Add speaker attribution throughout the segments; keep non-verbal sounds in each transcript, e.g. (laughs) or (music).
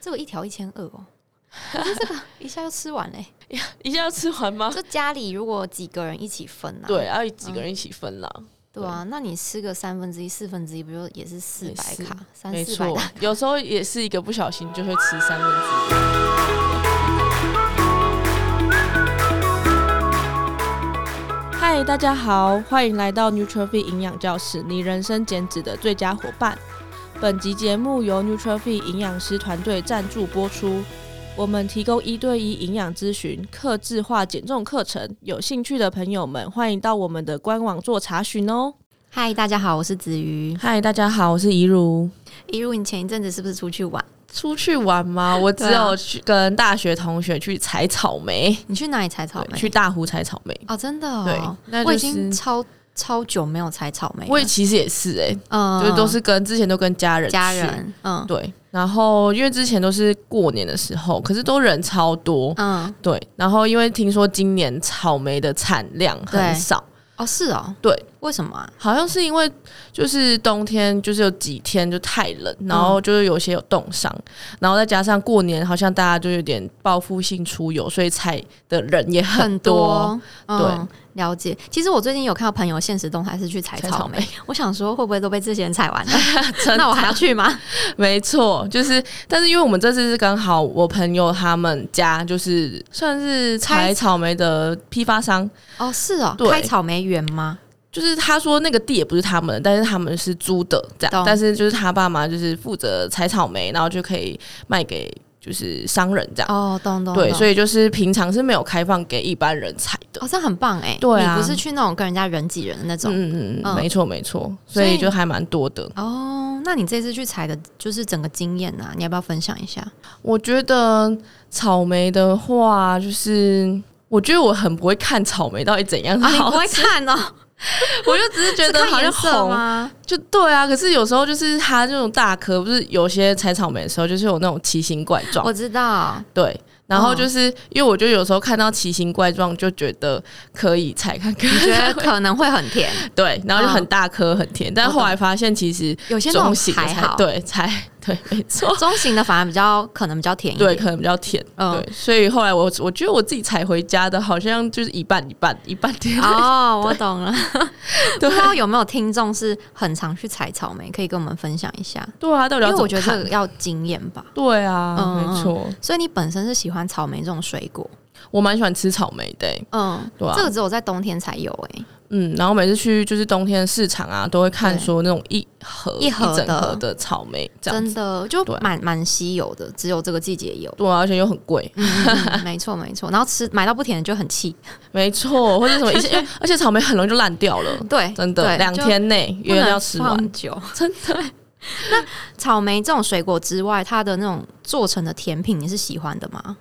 Speaker 1: 这个一条一千二
Speaker 2: (laughs)
Speaker 1: 哦，可是这个一下就吃完嘞、
Speaker 2: 一下要吃完吗？
Speaker 1: 就家里如果几个人一起分啊，
Speaker 2: 啊对，要几个人一起分啦。
Speaker 1: 对啊，那你吃个三分之一、四分之一，不就也是四
Speaker 2: 也
Speaker 1: 百
Speaker 2: 是
Speaker 1: 卡、嗯三
Speaker 2: 没
Speaker 1: 四百
Speaker 2: 错
Speaker 1: 卡？，
Speaker 2: 有时候也是一个不小心就会吃三分之一。嗨，大家好，欢迎来到 Nutrify 营养教室，你人生减脂的最佳伙伴。本集节目由 Nutrify 营养师团队赞助播出。我们提供一对一营养咨询、客制化减重课程，有兴趣的朋友们欢迎到我们的官网做查询哦。
Speaker 1: 嗨，大家好，我是子瑜。
Speaker 2: 嗨，大家好，我是怡如。
Speaker 1: 一如，你前一阵子是不是出去玩？
Speaker 2: 出去玩吗？我只
Speaker 1: 对啊
Speaker 2: 有去跟大学同学去采草莓，
Speaker 1: 你去哪里采草
Speaker 2: 对
Speaker 1: 莓？
Speaker 2: 去大湖采草莓。
Speaker 1: 哦，真的、
Speaker 2: 对
Speaker 1: 哦，，
Speaker 2: 那
Speaker 1: 我已
Speaker 2: 就是
Speaker 1: 经超超久没有采草莓了，
Speaker 2: 我也其实也是哎、
Speaker 1: 嗯
Speaker 2: 就是都是跟之前都跟家人
Speaker 1: 家
Speaker 2: 去
Speaker 1: 人，嗯
Speaker 2: 对，然后因为之前都是过年的时候，可是都人超多。
Speaker 1: 嗯，
Speaker 2: 对，然后因为听说今年草莓的产量
Speaker 1: 对
Speaker 2: 很少，
Speaker 1: 哦是哦，
Speaker 2: 对，
Speaker 1: 为什么啊？
Speaker 2: 好像是因为就是冬天就是有几天就太冷，然后就是有些有冻伤，然后再加上过年好像大家就有点报复性出游，所以采的人也很多。
Speaker 1: 嗯，了解。其实我最近有看到朋友现实动态是去采
Speaker 2: 采
Speaker 1: 草
Speaker 2: 草
Speaker 1: 莓，
Speaker 2: 莓
Speaker 1: 我想说会不会都被这些人采 (laughs) 完了？
Speaker 2: (laughs) 真的
Speaker 1: 那我还要去吗？
Speaker 2: 没错，就是，但是因为我们这次是刚好我朋友他们家就是算是
Speaker 1: 采
Speaker 2: 采草莓的批发商，
Speaker 1: (laughs) 哦，是 (laughs) 哦，
Speaker 2: 对
Speaker 1: 开草莓园吗？
Speaker 2: 就是他说那个地也不是他们的，但是他们是租的这
Speaker 1: 懂
Speaker 2: 样，但是就是他爸妈就是负责采草莓，然后就可以卖给就是商人这样。
Speaker 1: 哦，懂懂
Speaker 2: 对，所
Speaker 1: 以
Speaker 2: 以就是平常是没有开放给一般人采的。
Speaker 1: 哦，这样很棒哎。
Speaker 2: 对啊
Speaker 1: 你不是去那种跟人家人挤人的那种。
Speaker 2: 嗯嗯
Speaker 1: 嗯
Speaker 2: 嗯，没错没错，
Speaker 1: 所
Speaker 2: 所
Speaker 1: 以
Speaker 2: 以就还蛮多的。
Speaker 1: 哦，那你这次去采的，就是整个经验呐、啊，你要不要分享一下？
Speaker 2: 我觉得草莓的话，就是我觉得我很不会看草莓到底怎
Speaker 1: (laughs)
Speaker 2: 样
Speaker 1: 啊， (laughs) 你不
Speaker 2: 好，
Speaker 1: 会看哦，
Speaker 2: 我就只是觉
Speaker 1: 是
Speaker 2: 得
Speaker 1: 看
Speaker 2: 好像
Speaker 1: 颜色
Speaker 2: 红，
Speaker 1: 吗？
Speaker 2: 就对啊。可是有时候就是它这种大颗，不是有些采草莓的时候，就是有那种奇形怪状
Speaker 1: 我，知道，
Speaker 2: 对。然后
Speaker 1: 嗯
Speaker 2: 就是、因为我就有时候看到奇形怪状，就觉得可以采看看
Speaker 1: 你，觉得可能会很甜，
Speaker 2: (laughs) 对，然后就
Speaker 1: 嗯
Speaker 2: 很大颗很甜，但
Speaker 1: 我懂
Speaker 2: 后来发现其实
Speaker 1: (laughs) 有些那
Speaker 2: 中
Speaker 1: 种
Speaker 2: 型的
Speaker 1: 还
Speaker 2: 才
Speaker 1: 好，，
Speaker 2: 对，才 (laughs) 对，没错
Speaker 1: (laughs) 中型的反而比较可能比较甜一
Speaker 2: 对，
Speaker 1: 点。
Speaker 2: 可能比较甜，
Speaker 1: 嗯
Speaker 2: 对，所以后来我我觉得我自己采回家的，好像就是一半一半，一半甜，
Speaker 1: (laughs) 哦，我懂 (laughs) 了。不
Speaker 2: 对
Speaker 1: 知道有没有听众是很常去采草莓，可以跟我们分享一下，
Speaker 2: (laughs) 对啊，到底
Speaker 1: 因
Speaker 2: 要
Speaker 1: 为
Speaker 2: 怎
Speaker 1: 我
Speaker 2: 么
Speaker 1: 觉得这
Speaker 2: 看
Speaker 1: 个？要经验吧。
Speaker 2: 对啊，
Speaker 1: 嗯嗯
Speaker 2: 没错，
Speaker 1: 所以你本身是喜欢草莓这种水果，
Speaker 2: 我蛮喜欢吃草莓的欸、
Speaker 1: 嗯，
Speaker 2: 对啊
Speaker 1: 这个只有在冬天才有哎、
Speaker 2: 嗯，然后每次去就是冬天的市场啊，都会看
Speaker 1: 对
Speaker 2: 说那种一盒
Speaker 1: 一盒的
Speaker 2: 整盒的草莓这样
Speaker 1: 真
Speaker 2: 子，
Speaker 1: 的就
Speaker 2: 对啊
Speaker 1: 蛮蛮稀有的，只有这个季节有。
Speaker 2: (laughs) 对啊，而且又很贵，
Speaker 1: 嗯嗯嗯没错没错，然后吃买到不甜的就很气，
Speaker 2: 没错，或者什么，
Speaker 1: (laughs)
Speaker 2: 而且而且草莓很容易就烂掉了，
Speaker 1: 对，
Speaker 2: 真的，
Speaker 1: 对
Speaker 2: 两
Speaker 1: 就
Speaker 2: 天内
Speaker 1: 不
Speaker 2: 也要
Speaker 1: 能
Speaker 2: 吃完。
Speaker 1: 放
Speaker 2: (laughs)
Speaker 1: 久，真的。那草莓这种水果之外，它的那种做成的甜品，你是喜欢的吗？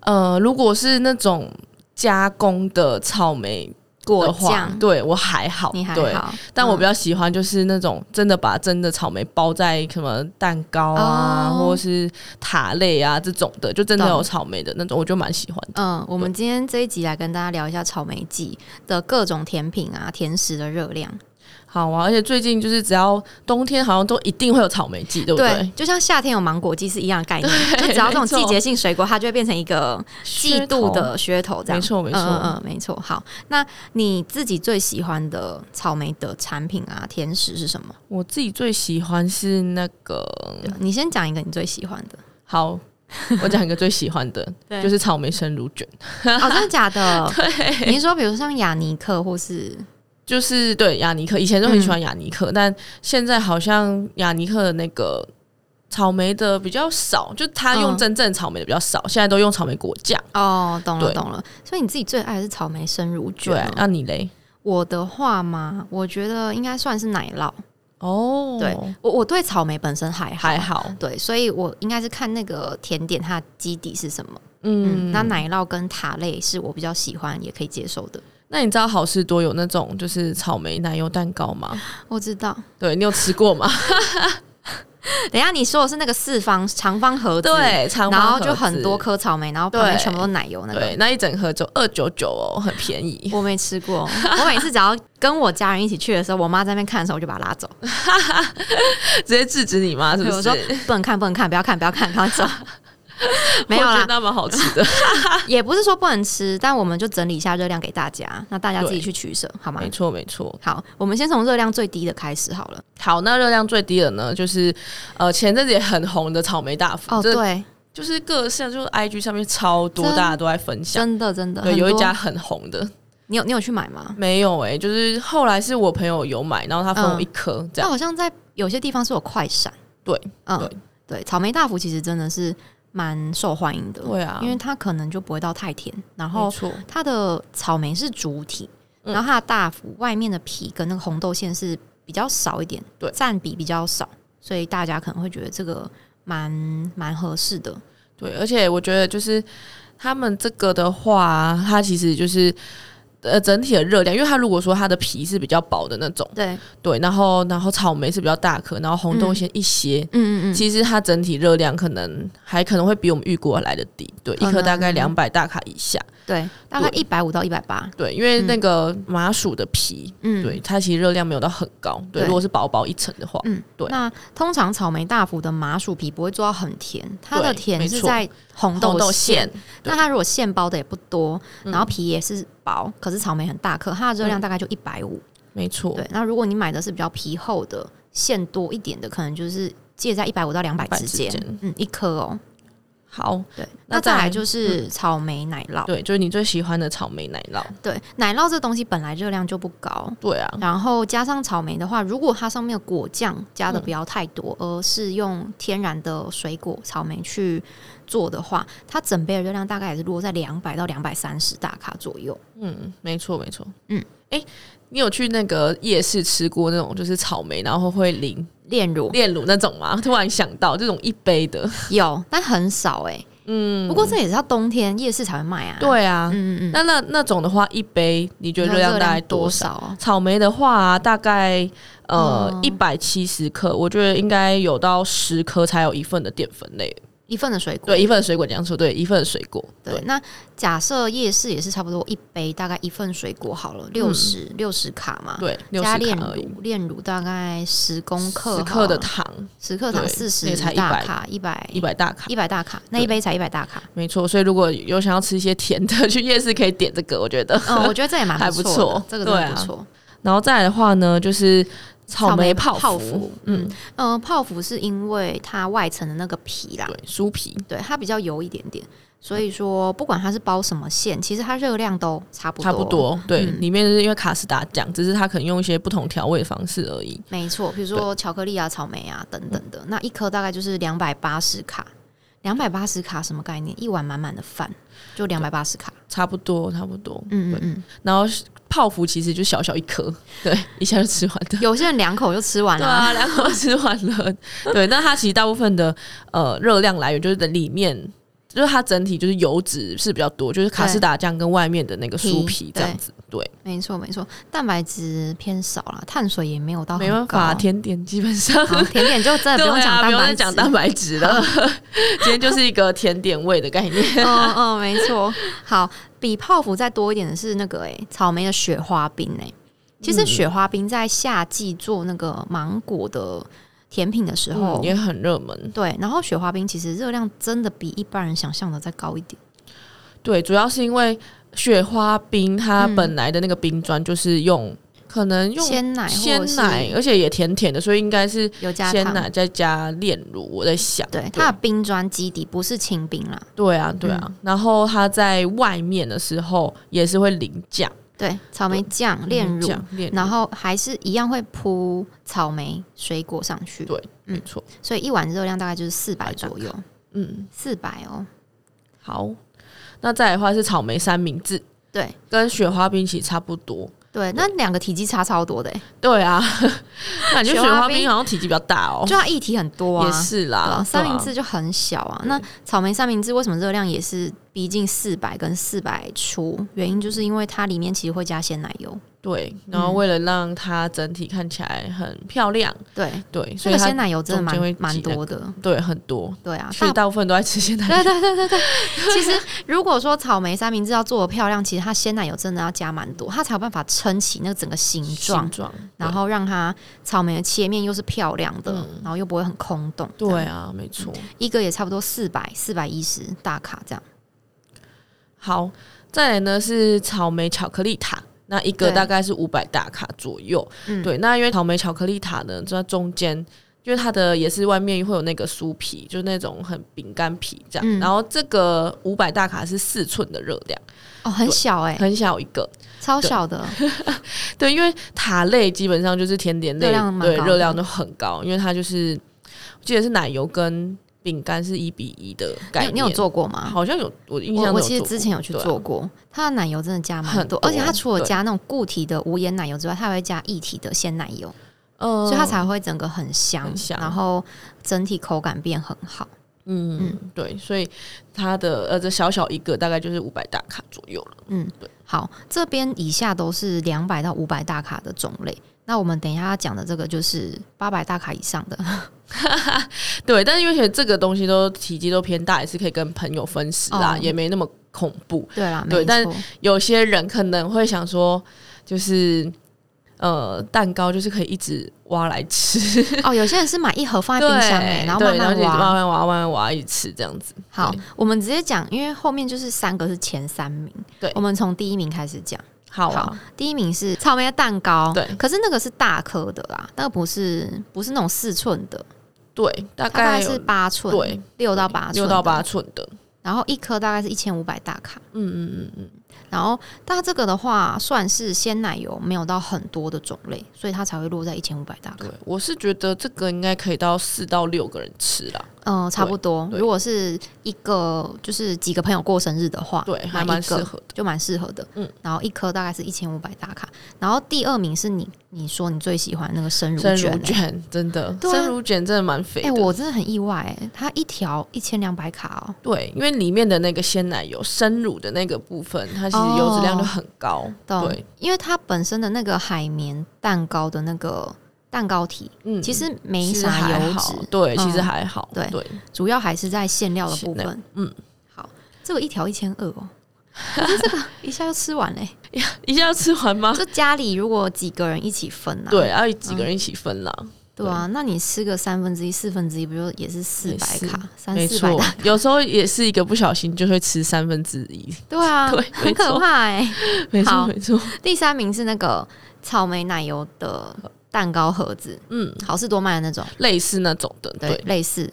Speaker 2: 呃，如果是那种加工的草莓
Speaker 1: 果
Speaker 2: 的话
Speaker 1: 酱，，
Speaker 2: 对我还好，
Speaker 1: 你还
Speaker 2: 对。
Speaker 1: 好，
Speaker 2: 但我
Speaker 1: 嗯
Speaker 2: 比较喜欢就是那种真的把真的草莓包在什么蛋糕啊，
Speaker 1: 哦
Speaker 2: 或是塔类啊这种的，就真的
Speaker 1: 懂
Speaker 2: 有草莓的那种，我就蛮喜欢的。
Speaker 1: 嗯，我们今天这一集来跟大家聊一下草莓季的各种甜品啊、甜食的热量。
Speaker 2: 好啊，而且最近就是只要冬天好像都一定会有草莓季，对不对？
Speaker 1: 就像夏天有芒果季是一样的概念，就只要这种
Speaker 2: 没错
Speaker 1: 季节性水果，它就会变成一个季度
Speaker 2: 噱头，
Speaker 1: 的噱头，这样
Speaker 2: 没错没错
Speaker 1: 嗯嗯嗯，没错。好，那你自己最喜欢的草莓的产品啊、甜食是什么？啊
Speaker 2: 我自己最喜欢是那个嗯
Speaker 1: 你先讲一个你最喜欢的，，
Speaker 2: 好。我讲一个最喜欢的
Speaker 1: 对
Speaker 2: 就是草莓生乳卷，
Speaker 1: 哦，真的假
Speaker 2: (laughs)
Speaker 1: 的？你是说比如说像雅尼克或是
Speaker 2: 就是对雅尼克，以前都很喜欢雅尼
Speaker 1: 嗯
Speaker 2: 克，但现在好像雅尼克的那个草莓的比较少，就他用
Speaker 1: 嗯
Speaker 2: 真正草莓的比较少，现在都用草莓果酱。
Speaker 1: 哦，懂了
Speaker 2: 对
Speaker 1: 懂了，所以你自己最爱的是草莓生乳卷
Speaker 2: 对啊
Speaker 1: 哦、，
Speaker 2: 那你嘞？
Speaker 1: 我的话嘛，我觉得应该算是奶酪。
Speaker 2: 哦，
Speaker 1: 对我我对草莓本身还好
Speaker 2: 还好，
Speaker 1: 对，所以我应该是看那个甜点它的基底是什么。嗯，
Speaker 2: 嗯，
Speaker 1: 那奶
Speaker 2: 那
Speaker 1: 酪跟塔类是我比较喜欢也可以接受的。
Speaker 2: 那你知道好事多有那种就是草莓奶油蛋糕吗？
Speaker 1: 我知道， (laughs)
Speaker 2: 对你有吃过吗？
Speaker 1: 等一下你说的是那个四方长方盒子，，
Speaker 2: 对，长
Speaker 1: 然
Speaker 2: 方
Speaker 1: 后
Speaker 2: 盒
Speaker 1: 就很
Speaker 2: 子
Speaker 1: 多颗草莓，然后旁边
Speaker 2: 对
Speaker 1: 全部都奶油那
Speaker 2: 对，
Speaker 1: 个。
Speaker 2: 那一整盒就二九九哦，很便宜。 (laughs)
Speaker 1: 我没吃过，我每次只要跟我家人一起去的时候，我妈在那边看的时候，我就把她拉走，
Speaker 2: 直接制止你妈是不
Speaker 1: 对我
Speaker 2: 是？
Speaker 1: 说不能看，不能看，不要看，不要看，赶快
Speaker 2: (laughs)
Speaker 1: 走。没有
Speaker 2: 我
Speaker 1: 啦
Speaker 2: 觉得，那蛮好吃
Speaker 1: (laughs)
Speaker 2: 的，
Speaker 1: 也不是说不能吃，但我们就整理一下热量给大家，那大家自己去取舍，好吗
Speaker 2: 没？错没错。
Speaker 1: 好，我们先从热量最低的开始好了。
Speaker 2: 好，那热量最低的呢，就是呃前阵子也很红的草莓大福，
Speaker 1: 哦，
Speaker 2: 这
Speaker 1: 对，
Speaker 2: 就是各项就是 IG 上面超多，
Speaker 1: 真
Speaker 2: 大家都在分享。
Speaker 1: 真的真的，
Speaker 2: 对，
Speaker 1: 很
Speaker 2: 有一
Speaker 1: 多
Speaker 2: 家，很红的，
Speaker 1: 你有你有去买吗？
Speaker 2: 没有哎、就是后来是我朋友有买，然后他分
Speaker 1: 嗯
Speaker 2: 我一颗、这
Speaker 1: 那哦
Speaker 2: 样。
Speaker 1: 好像在有些地方是有快闪，
Speaker 2: 对，
Speaker 1: 嗯，
Speaker 2: 对
Speaker 1: 对草莓大福其实真的是蛮受欢迎的，
Speaker 2: 对啊，
Speaker 1: 哦因为它可能就不会到太甜，然
Speaker 2: 没
Speaker 1: 后
Speaker 2: 错，
Speaker 1: 它的草莓是主体，
Speaker 2: 嗯
Speaker 1: 然后它的大福外面的皮跟那个红豆馅是比较少一点，
Speaker 2: 对
Speaker 1: 占比比较少，所以大家可能会觉得这个蛮蛮合适的，
Speaker 2: 对，而且我觉得就是他们这个的话，它其实就是呃整体的热量，因为它如果说它的皮是比较薄的那种，
Speaker 1: 对，
Speaker 2: 对，然后然后草莓是比较大颗，然后红豆
Speaker 1: 嗯
Speaker 2: 先一些。
Speaker 1: 嗯嗯嗯，
Speaker 2: 其实它整体热量可能还可能会比我们预估来的低，对，
Speaker 1: 可
Speaker 2: 一颗大概
Speaker 1: 能
Speaker 2: 两百大卡以下，
Speaker 1: 对，大概
Speaker 2: 对
Speaker 1: 一百五到一百八，
Speaker 2: 对，因为那个麻薯的皮，
Speaker 1: 嗯，
Speaker 2: 对，它其实热量没有到很高，对，
Speaker 1: 对
Speaker 2: 如果是薄薄一层的话，
Speaker 1: 嗯，
Speaker 2: 对
Speaker 1: 那通常草莓大福的麻薯皮不会做到很甜，它
Speaker 2: 对
Speaker 1: 的甜
Speaker 2: 没
Speaker 1: 是
Speaker 2: 错
Speaker 1: 在红豆
Speaker 2: 嗯红豆
Speaker 1: 馅
Speaker 2: 馅。
Speaker 1: 那
Speaker 2: 对
Speaker 1: 它如果馅包的也不多，
Speaker 2: 嗯
Speaker 1: 然后皮也是薄，可是草莓很大颗，它的热量
Speaker 2: 嗯
Speaker 1: 大概就一百五。
Speaker 2: 没错，
Speaker 1: 对，那如果你买的是比较皮厚的，馅多一点的，可能就是介在一百五到两百
Speaker 2: 100
Speaker 1: 之
Speaker 2: 之
Speaker 1: 间
Speaker 2: 间。
Speaker 1: 嗯，一颗哦。
Speaker 2: 好，
Speaker 1: 对，
Speaker 2: 那
Speaker 1: 那再
Speaker 2: 再
Speaker 1: 来
Speaker 2: 来
Speaker 1: 就是草莓奶酪。
Speaker 2: 对，就是你最喜欢的草莓奶酪，
Speaker 1: 对，奶酪这东西本来热量就不高，
Speaker 2: 对啊，
Speaker 1: 然后加上草莓的话，如果它上面的果酱加的不要太多，而是用天然的水果草莓去做的话，它整杯的热量大概也是落在两百到两百三十大卡左右。
Speaker 2: 嗯，没错没错，
Speaker 1: 嗯
Speaker 2: 嗯，哎、你有去那个夜市吃过那种就是草莓，然后会淋
Speaker 1: 炼乳
Speaker 2: 炼乳那种吗？突 (laughs) 然想到这种一杯的，
Speaker 1: 有，但很少哎、
Speaker 2: 嗯，
Speaker 1: 不过这也是要冬天夜市才会卖啊。，
Speaker 2: 对啊，
Speaker 1: 嗯嗯嗯，
Speaker 2: 那那那种的话，一杯你觉得热量大概多
Speaker 1: 多
Speaker 2: 少？
Speaker 1: 少啊？
Speaker 2: 草莓的话、大概呃
Speaker 1: 嗯
Speaker 2: 一百七十克，我觉得应该有到十颗才有一份的淀粉类。
Speaker 1: 一份的水果。
Speaker 2: 对，一份水果这样说，对，一份水果，
Speaker 1: 对
Speaker 2: 对，
Speaker 1: 那假设夜市也是差不多一杯大概一份水果好了，六十六十卡嘛。。
Speaker 2: 嗯对，六
Speaker 1: 啊加
Speaker 2: 十
Speaker 1: 炼
Speaker 2: 卡而已，
Speaker 1: 乳，炼乳大概十公克，
Speaker 2: 十克的糖，
Speaker 1: 十克糖
Speaker 2: 对
Speaker 1: 四
Speaker 2: 那
Speaker 1: 十
Speaker 2: 也才
Speaker 1: 大
Speaker 2: 100
Speaker 1: 卡，一百
Speaker 2: 一百大卡，
Speaker 1: 哎一百大卡，那
Speaker 2: 对
Speaker 1: 一杯才一百大
Speaker 2: (laughs)
Speaker 1: 卡。
Speaker 2: 没错。所以如果有想要吃一些甜的，去夜市可以点这个，我觉得。
Speaker 1: (laughs) 嗯，我觉得这也蛮
Speaker 2: 还
Speaker 1: 不
Speaker 2: 不
Speaker 1: 错的
Speaker 2: 错，
Speaker 1: 这个真
Speaker 2: 对
Speaker 1: 的
Speaker 2: 啊
Speaker 1: 不错。
Speaker 2: (laughs) 然后再来的话呢，就是草莓泡
Speaker 1: 泡
Speaker 2: 芙
Speaker 1: 芙，，嗯嗯，泡芙是因为它外层的那个皮啦
Speaker 2: 对，，酥皮，
Speaker 1: 对，它比较油一点点，所以说不管它是包什么馅，其实它热量都差不多，
Speaker 2: 差不，多，对，
Speaker 1: 嗯
Speaker 2: 里面是因为卡斯达酱，只是它可能用一些不同调味方式而已。
Speaker 1: 没错。比如说巧克力啊、草莓啊等等
Speaker 2: 嗯
Speaker 1: 的，那一颗大概就是两百八十卡。两百八十卡什么概念？一碗满满的饭就两百八十卡。
Speaker 2: 差不多，差不多。
Speaker 1: 嗯嗯
Speaker 2: 对
Speaker 1: 嗯，
Speaker 2: 然后泡芙其实就小小一颗， (laughs) 对，一下就吃完的。
Speaker 1: 有些人两口就吃完
Speaker 2: (laughs) 对
Speaker 1: 了、
Speaker 2: 啊，两口吃完了。对，那它其实大部分的呃热量来源就是的里面，就是它整体就是油脂是比较多，就是卡士达酱跟外面的那个酥
Speaker 1: 皮
Speaker 2: 皮这样子。嗯对，
Speaker 1: 没错没错，蛋白质偏少啦，碳水也没有到很
Speaker 2: 没办
Speaker 1: 高
Speaker 2: 法，甜点基本上。
Speaker 1: 好甜点就真的
Speaker 2: 对
Speaker 1: 不用讲
Speaker 2: 啊，
Speaker 1: 蛋
Speaker 2: 不用
Speaker 1: 白
Speaker 2: 再
Speaker 1: 质，
Speaker 2: 讲蛋白质了。 (laughs) 今天就是一个甜点味的概念。
Speaker 1: 嗯嗯，没错。好，比泡芙再多一点的是那个诶、草莓的雪花冰诶、其
Speaker 2: 嗯
Speaker 1: 实雪花冰在夏季做那个芒果的甜品的时候，
Speaker 2: 嗯也很热门。
Speaker 1: 对，然后雪花冰其实热量真的比一般人想象的再高一点。
Speaker 2: 对，主要是因为雪花冰它
Speaker 1: 嗯
Speaker 2: 本来的那个冰砖就是用、可能用
Speaker 1: 鲜奶或
Speaker 2: 鲜
Speaker 1: 者是
Speaker 2: 奶，而且也甜甜的，所以应该是
Speaker 1: 有加
Speaker 2: 鲜
Speaker 1: 糖。
Speaker 2: 奶再加炼乳。我在想，
Speaker 1: 对，它嗯的冰砖基底不是清冰啦，
Speaker 2: 对啊，对啊。然后它在外面的时候也是会淋酱，
Speaker 1: 对，草莓酱、炼
Speaker 2: 淋
Speaker 1: 乳，
Speaker 2: 嗯酱炼乳，
Speaker 1: 然后还是一样会铺草莓水果上去，
Speaker 2: 对
Speaker 1: 嗯
Speaker 2: 没错，
Speaker 1: 所以一碗热量大概就是四百左右，
Speaker 2: 嗯，
Speaker 1: 四百哦，
Speaker 2: 好。那再来的话是草莓三明治，
Speaker 1: 对
Speaker 2: 跟雪花冰其实差不多。
Speaker 1: 对，那两个体积差超多的欸，
Speaker 2: 对啊， (laughs) 感觉
Speaker 1: 雪
Speaker 2: 雪
Speaker 1: 花
Speaker 2: 花
Speaker 1: 冰
Speaker 2: 冰好像体积比较大哦，
Speaker 1: 就它一体很多啊，
Speaker 2: 也是
Speaker 1: 对啊
Speaker 2: 啦，
Speaker 1: 三
Speaker 2: 对啊
Speaker 1: 明治就很小啊。那草莓三明治为什么热量也是逼近四百跟四百出？原因就是因为它里面其实会加鲜奶油，
Speaker 2: 对，然
Speaker 1: 嗯
Speaker 2: 后为了让它整体看起来很漂亮，
Speaker 1: 对，
Speaker 2: 对，所
Speaker 1: 这
Speaker 2: 以
Speaker 1: 个
Speaker 2: 它
Speaker 1: 鲜奶油真的
Speaker 2: 中间会
Speaker 1: 蛮
Speaker 2: 挤
Speaker 1: 蛮
Speaker 2: 那
Speaker 1: 多的，
Speaker 2: 对很多，
Speaker 1: 对啊，
Speaker 2: 所以 (laughs)
Speaker 1: 大
Speaker 2: 大部分都在吃鲜奶
Speaker 1: 对
Speaker 2: 油。
Speaker 1: 对对对对，其实如果说草莓三明治要做的漂亮，其实它鲜奶油真的要加蛮多，它才有办法撑起那个整个形状
Speaker 2: 形，状，
Speaker 1: 然后让它草莓的切面又是漂亮的，
Speaker 2: 嗯
Speaker 1: 然后又不会很空洞。
Speaker 2: 对
Speaker 1: 这
Speaker 2: 对
Speaker 1: 样，
Speaker 2: 啊，没错。
Speaker 1: 一个也差不多四百四百一十大卡这样。
Speaker 2: 好，再来呢是草莓巧克力塔，那一个
Speaker 1: 对
Speaker 2: 大概是五百大卡左右。
Speaker 1: 嗯，
Speaker 2: 对，那因为草莓巧克力塔呢，就在中间。因为它的也是外面会有那个酥皮，就是那种很饼干皮这样。
Speaker 1: 嗯
Speaker 2: 然后这个五百大卡是四寸的热量，
Speaker 1: 哦，很小哎、
Speaker 2: 很小一个。
Speaker 1: 超小的，
Speaker 2: 对，因为塔类基本上就是甜点类，
Speaker 1: 热量蛮
Speaker 2: 对
Speaker 1: 高的
Speaker 2: 热量都很高，因为它就是我记得是奶油跟饼干是一比一的概
Speaker 1: 你
Speaker 2: 念。
Speaker 1: 你有做过吗？
Speaker 2: 好像有，我印象
Speaker 1: 啊我我
Speaker 2: 中有
Speaker 1: 其实
Speaker 2: 做
Speaker 1: 之
Speaker 2: 过
Speaker 1: 前有去
Speaker 2: 对啊
Speaker 1: 做过，它的奶油真的加蛮
Speaker 2: 很
Speaker 1: 多，
Speaker 2: 多
Speaker 1: 而且它除了
Speaker 2: 对
Speaker 1: 加那种固体的无盐奶油之外，它还会加液体的鲜奶油，
Speaker 2: 嗯，
Speaker 1: 所以它才会整个很香，
Speaker 2: 很香
Speaker 1: 然后整体口感变很好。
Speaker 2: 嗯对，所以它的呃这小小一个大概就是五百大卡左右了。
Speaker 1: 好，这边以下都是两百到五百大卡的种类。那我们等一下要讲的这个就是八百大卡以上的，
Speaker 2: 对，但是因为其实这个东西都体积都偏大，也是可以跟朋友分食啦，
Speaker 1: 哦
Speaker 2: 也没那么恐怖。
Speaker 1: 对啦，
Speaker 2: 对
Speaker 1: 没
Speaker 2: 但 (laughs)
Speaker 1: 错，
Speaker 2: 有些人可能会想说，就是呃蛋糕就是可以一直挖来吃，
Speaker 1: 哦，有些人是买一盒 (laughs) 放在
Speaker 2: 对，
Speaker 1: 冰箱、欸，然后
Speaker 2: 对
Speaker 1: 慢慢
Speaker 2: 就一直
Speaker 1: 挖
Speaker 2: 慢。慢挖，慢慢挖，一直吃这样子。
Speaker 1: 好
Speaker 2: 对，
Speaker 1: 我们直接讲，因为后面就是三个是前三名，
Speaker 2: 对
Speaker 1: 我们从第一名开始讲。
Speaker 2: 好啊，
Speaker 1: 第一名是草莓蛋糕，
Speaker 2: 对
Speaker 1: 可是那个是大颗的啦，那个不是不是那种四寸的，
Speaker 2: 对，大
Speaker 1: 它大概
Speaker 2: 概
Speaker 1: 是
Speaker 2: 有
Speaker 1: 八寸，
Speaker 2: 对，
Speaker 1: 六到八寸，
Speaker 2: 六到八，寸的，
Speaker 1: 然后一颗大概是一千五百大卡，
Speaker 2: 嗯嗯嗯嗯，
Speaker 1: 然后但它这个的话算是鲜奶油没有到很多的种类，所以它才会落在一千五百大卡
Speaker 2: 对，，我是觉得这个应该可以到四到六个人吃啦。
Speaker 1: 嗯、差不多。
Speaker 2: 对
Speaker 1: 如果是一个就是几个朋友过生日的话，
Speaker 2: 对，
Speaker 1: 买
Speaker 2: 还
Speaker 1: 一
Speaker 2: 蛮
Speaker 1: 个
Speaker 2: 适合的。
Speaker 1: 就蛮适合的。
Speaker 2: 嗯
Speaker 1: 嗯，然后一颗大概是一千五百大卡，然后第二名是你你说你最喜欢那个生乳
Speaker 2: 生
Speaker 1: 卷、
Speaker 2: 乳
Speaker 1: 欸。
Speaker 2: 卷真的，
Speaker 1: 对啊
Speaker 2: 生乳卷真的蛮肥
Speaker 1: 哎、
Speaker 2: 的。
Speaker 1: 我真的很意外、欸，它一条一千两百卡哦、
Speaker 2: 对，因为里面的那个鲜奶油，生乳的那个部分，它其实油脂量就很高。
Speaker 1: 哦懂
Speaker 2: 对，
Speaker 1: 哦因为它本身的那个海绵蛋糕的那个蛋糕体，
Speaker 2: 嗯，
Speaker 1: 其实没
Speaker 2: 其实
Speaker 1: 啥
Speaker 2: 还
Speaker 1: 油
Speaker 2: 好
Speaker 1: 脂，
Speaker 2: 对，
Speaker 1: 嗯
Speaker 2: 其实还好。
Speaker 1: 对
Speaker 2: 对，
Speaker 1: 主要还是在馅料的部
Speaker 2: 馅料
Speaker 1: 分。
Speaker 2: 嗯，
Speaker 1: 好，这个一条一千二哦，可是这个一下就吃完欸嘞、
Speaker 2: 一下要吃完吗？
Speaker 1: (laughs) 就家里如果几个人一起分啊，
Speaker 2: 对，要几个人一起分啦。
Speaker 1: 对啊，那你吃个三分之一、四分之一，不就也是四
Speaker 2: 也
Speaker 1: 百
Speaker 2: 是
Speaker 1: 卡、三
Speaker 2: 没
Speaker 1: 四百
Speaker 2: 错
Speaker 1: 大，
Speaker 2: 有时候也是一个不小心就会吃三分之一。
Speaker 1: (laughs) 对啊，
Speaker 2: (laughs) 对没
Speaker 1: 很可
Speaker 2: 错
Speaker 1: 怕哎、
Speaker 2: 没错，
Speaker 1: 好
Speaker 2: 没错。
Speaker 1: 第三名是那个草莓奶油的蛋糕盒子，
Speaker 2: 嗯，
Speaker 1: 好事多卖的那种，
Speaker 2: 类似那种的。
Speaker 1: 对，
Speaker 2: 对，
Speaker 1: 类似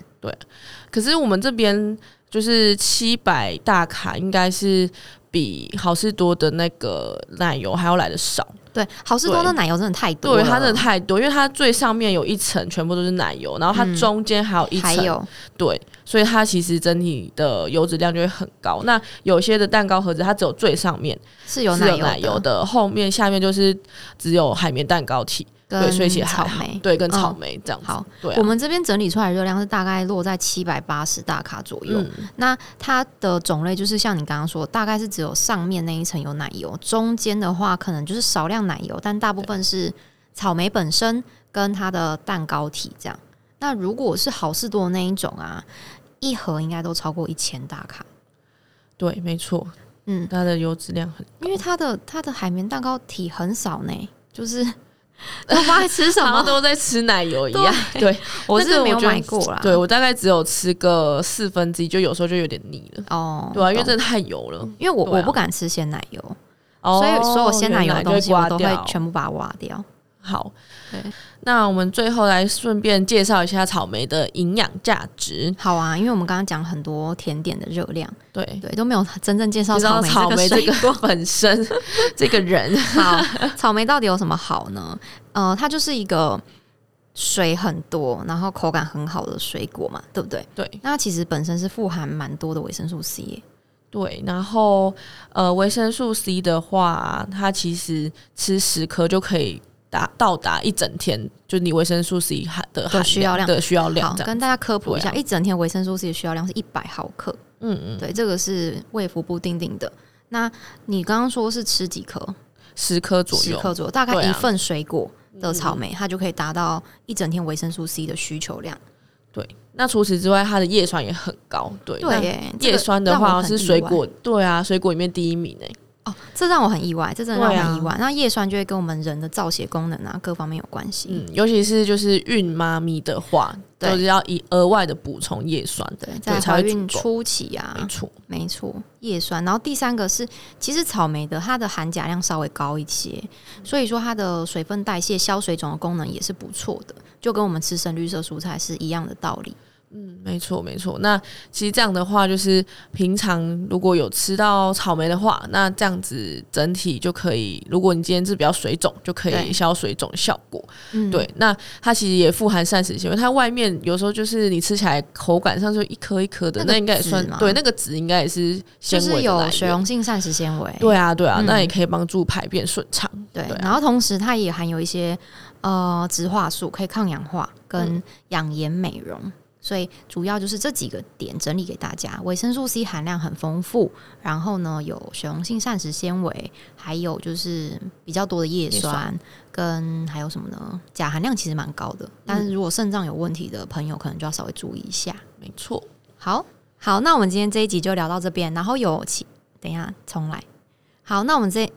Speaker 2: 可是我们这边就是七百大卡，应该是比好事多的那个奶油还要来的少。
Speaker 1: 对，好事多
Speaker 2: 对
Speaker 1: 的奶油真的太多
Speaker 2: 对，
Speaker 1: 了，
Speaker 2: 它真的太多，因为它最上面有一层全部都是奶油，然后它
Speaker 1: 嗯
Speaker 2: 中间还有一
Speaker 1: 还
Speaker 2: 层，
Speaker 1: 有
Speaker 2: 对，所以它其实整体的油脂量就会很高。那有些的蛋糕盒子，它只有最上面
Speaker 1: 是有
Speaker 2: 是
Speaker 1: 奶
Speaker 2: 有
Speaker 1: 油
Speaker 2: 奶油的，后面下面就是只有海绵蛋糕体，
Speaker 1: 跟
Speaker 2: 对所以其实还
Speaker 1: 草
Speaker 2: 好
Speaker 1: 莓。
Speaker 2: 对，跟草
Speaker 1: 嗯
Speaker 2: 莓这样子。
Speaker 1: 好，
Speaker 2: 对、
Speaker 1: 我
Speaker 2: 啊，
Speaker 1: 们这边整理出来的热量是大概落在七百八十大卡左右。
Speaker 2: 嗯，
Speaker 1: 那它的种类就是像你刚刚说，大概是只有上面那一层有奶油，中间的话可能就是少量奶油，但大部分是草莓本身跟它的蛋糕体这样。那如果是好事多的那一种啊，一盒应该都超过一千大卡。
Speaker 2: 对，没错，
Speaker 1: 嗯，
Speaker 2: 它的油脂量很
Speaker 1: 因为它的它的海绵蛋糕体很少呢，就是
Speaker 2: (laughs)
Speaker 1: 都不知道在吃什
Speaker 2: 好像
Speaker 1: 么。
Speaker 2: 都在吃奶油一样。对，
Speaker 1: 我
Speaker 2: 那
Speaker 1: 是
Speaker 2: 个
Speaker 1: 没有
Speaker 2: 觉得
Speaker 1: 买过啦。
Speaker 2: 对我大概只有吃个四分之一，就有时候就有点腻了。
Speaker 1: 哦，
Speaker 2: 对啊，因为
Speaker 1: 懂
Speaker 2: 真的太油了，
Speaker 1: 因为我、
Speaker 2: 对啊
Speaker 1: 我不敢吃鲜奶油，嗯
Speaker 2: 哦
Speaker 1: 所以所有鲜奶油的
Speaker 2: 原来
Speaker 1: 东西
Speaker 2: 就
Speaker 1: 我
Speaker 2: 刮
Speaker 1: 都
Speaker 2: 掉
Speaker 1: 会全部把它挖掉。
Speaker 2: 好
Speaker 1: 对。
Speaker 2: 那我们最后来顺便介绍一下草莓的营养价值。
Speaker 1: 好啊，因为我们刚刚讲很多甜点的热量，
Speaker 2: 对，
Speaker 1: 对，都没有真正介绍
Speaker 2: 知道
Speaker 1: 莓
Speaker 2: 草莓这
Speaker 1: 这
Speaker 2: (laughs) 个
Speaker 1: 个
Speaker 2: 水果本身这个
Speaker 1: (laughs)
Speaker 2: 人，
Speaker 1: 水果。好，草莓到底有什么好呢？呃，它就是一个水很多，然后口感很好的水果嘛，对不对？
Speaker 2: 对
Speaker 1: 那其实本身是富含蛮多的维生素 C 耶。
Speaker 2: 对，然后呃，维生素 C 的话，它其实吃十颗就可以达到达一整天，就你维生素 C 含的含
Speaker 1: 需要量
Speaker 2: 的需要
Speaker 1: 好
Speaker 2: 量，这样。
Speaker 1: 跟大家科普一下，
Speaker 2: 对啊
Speaker 1: 一整天维生素 C 的需要量是一百毫克，
Speaker 2: 嗯嗯，
Speaker 1: 对，这个是卫福部定定的。那你刚刚说是吃几颗？
Speaker 2: 十颗左
Speaker 1: 十
Speaker 2: 右，
Speaker 1: 克左右，大概
Speaker 2: 对
Speaker 1: 一
Speaker 2: 啊嗯
Speaker 1: 份水果的草莓，它就可以达到一整天维生素 C 的需求量。
Speaker 2: 对，那除此之外，它的叶酸也很高，对，
Speaker 1: 对耶，
Speaker 2: 那叶酸的
Speaker 1: 这个让
Speaker 2: 话
Speaker 1: 我很
Speaker 2: 是
Speaker 1: 意
Speaker 2: 水
Speaker 1: 外
Speaker 2: 果，对啊，水果里面第一名诶、
Speaker 1: 哦，这让我很意外，这真的让
Speaker 2: 对
Speaker 1: 我
Speaker 2: 啊
Speaker 1: 很意外。那叶酸就会跟我们人的造血功能啊各方面有关系。
Speaker 2: 嗯，尤其是就是孕妈咪的话，
Speaker 1: 对
Speaker 2: 就是要以额外的补充叶酸，
Speaker 1: 对，在
Speaker 2: 才
Speaker 1: 怀
Speaker 2: 会
Speaker 1: 孕
Speaker 2: 足够
Speaker 1: 初期啊，
Speaker 2: 没错，
Speaker 1: 没错，叶酸。然后第三个是，其实草莓的它的含钾量稍微高一些，
Speaker 2: 嗯
Speaker 1: 所以说它的水分代谢、消水肿的功能也是不错的，就跟我们吃深绿色蔬菜是一样的道理。
Speaker 2: 嗯，没错没错。那其实这样的话，就是平常如果有吃到草莓的话，那这样子整体就可以，如果你今天是比较水肿，就可
Speaker 1: 对
Speaker 2: 以消水肿的效果。
Speaker 1: 嗯，
Speaker 2: 对，那它其实也富含膳食纤维，它外面有时候就是你吃起来口感上就一颗一颗的，
Speaker 1: 那个
Speaker 2: 那应该也
Speaker 1: 籽
Speaker 2: 算
Speaker 1: 吗
Speaker 2: 对，那个籽应该也是纤
Speaker 1: 就是
Speaker 2: 维的来
Speaker 1: 有
Speaker 2: 源
Speaker 1: 水溶性膳食纤维。
Speaker 2: 对啊，对啊，
Speaker 1: 嗯
Speaker 2: 那也可以帮助排便顺畅。
Speaker 1: 对
Speaker 2: 对啊
Speaker 1: 然后同时它也含有一些呃植化素，可以抗氧化跟养颜美容。所以主要就是这几个点整理给大家，维生素 C 含量很丰富，然后呢有水溶性膳食纤维，还有就是比较多的叶
Speaker 2: 叶
Speaker 1: 酸，跟还有什么呢？钾含量其实蛮高的，但是如果肾脏有问题的朋友，可能就要稍微注意一下。
Speaker 2: 没错，
Speaker 1: 好好，那我们今天这一集就聊到这边，然后有其等一下重来。好，那我们这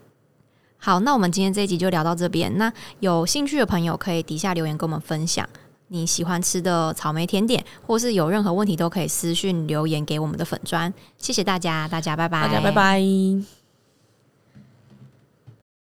Speaker 1: 好，那我们今天这一集就聊到这边。那有兴趣的朋友可以底下留言跟我们分享你喜欢吃的草莓甜点，或是有任何问题都可以私讯留言给我们的粉砖。谢谢大家，大家拜拜，
Speaker 2: 大家拜。拜。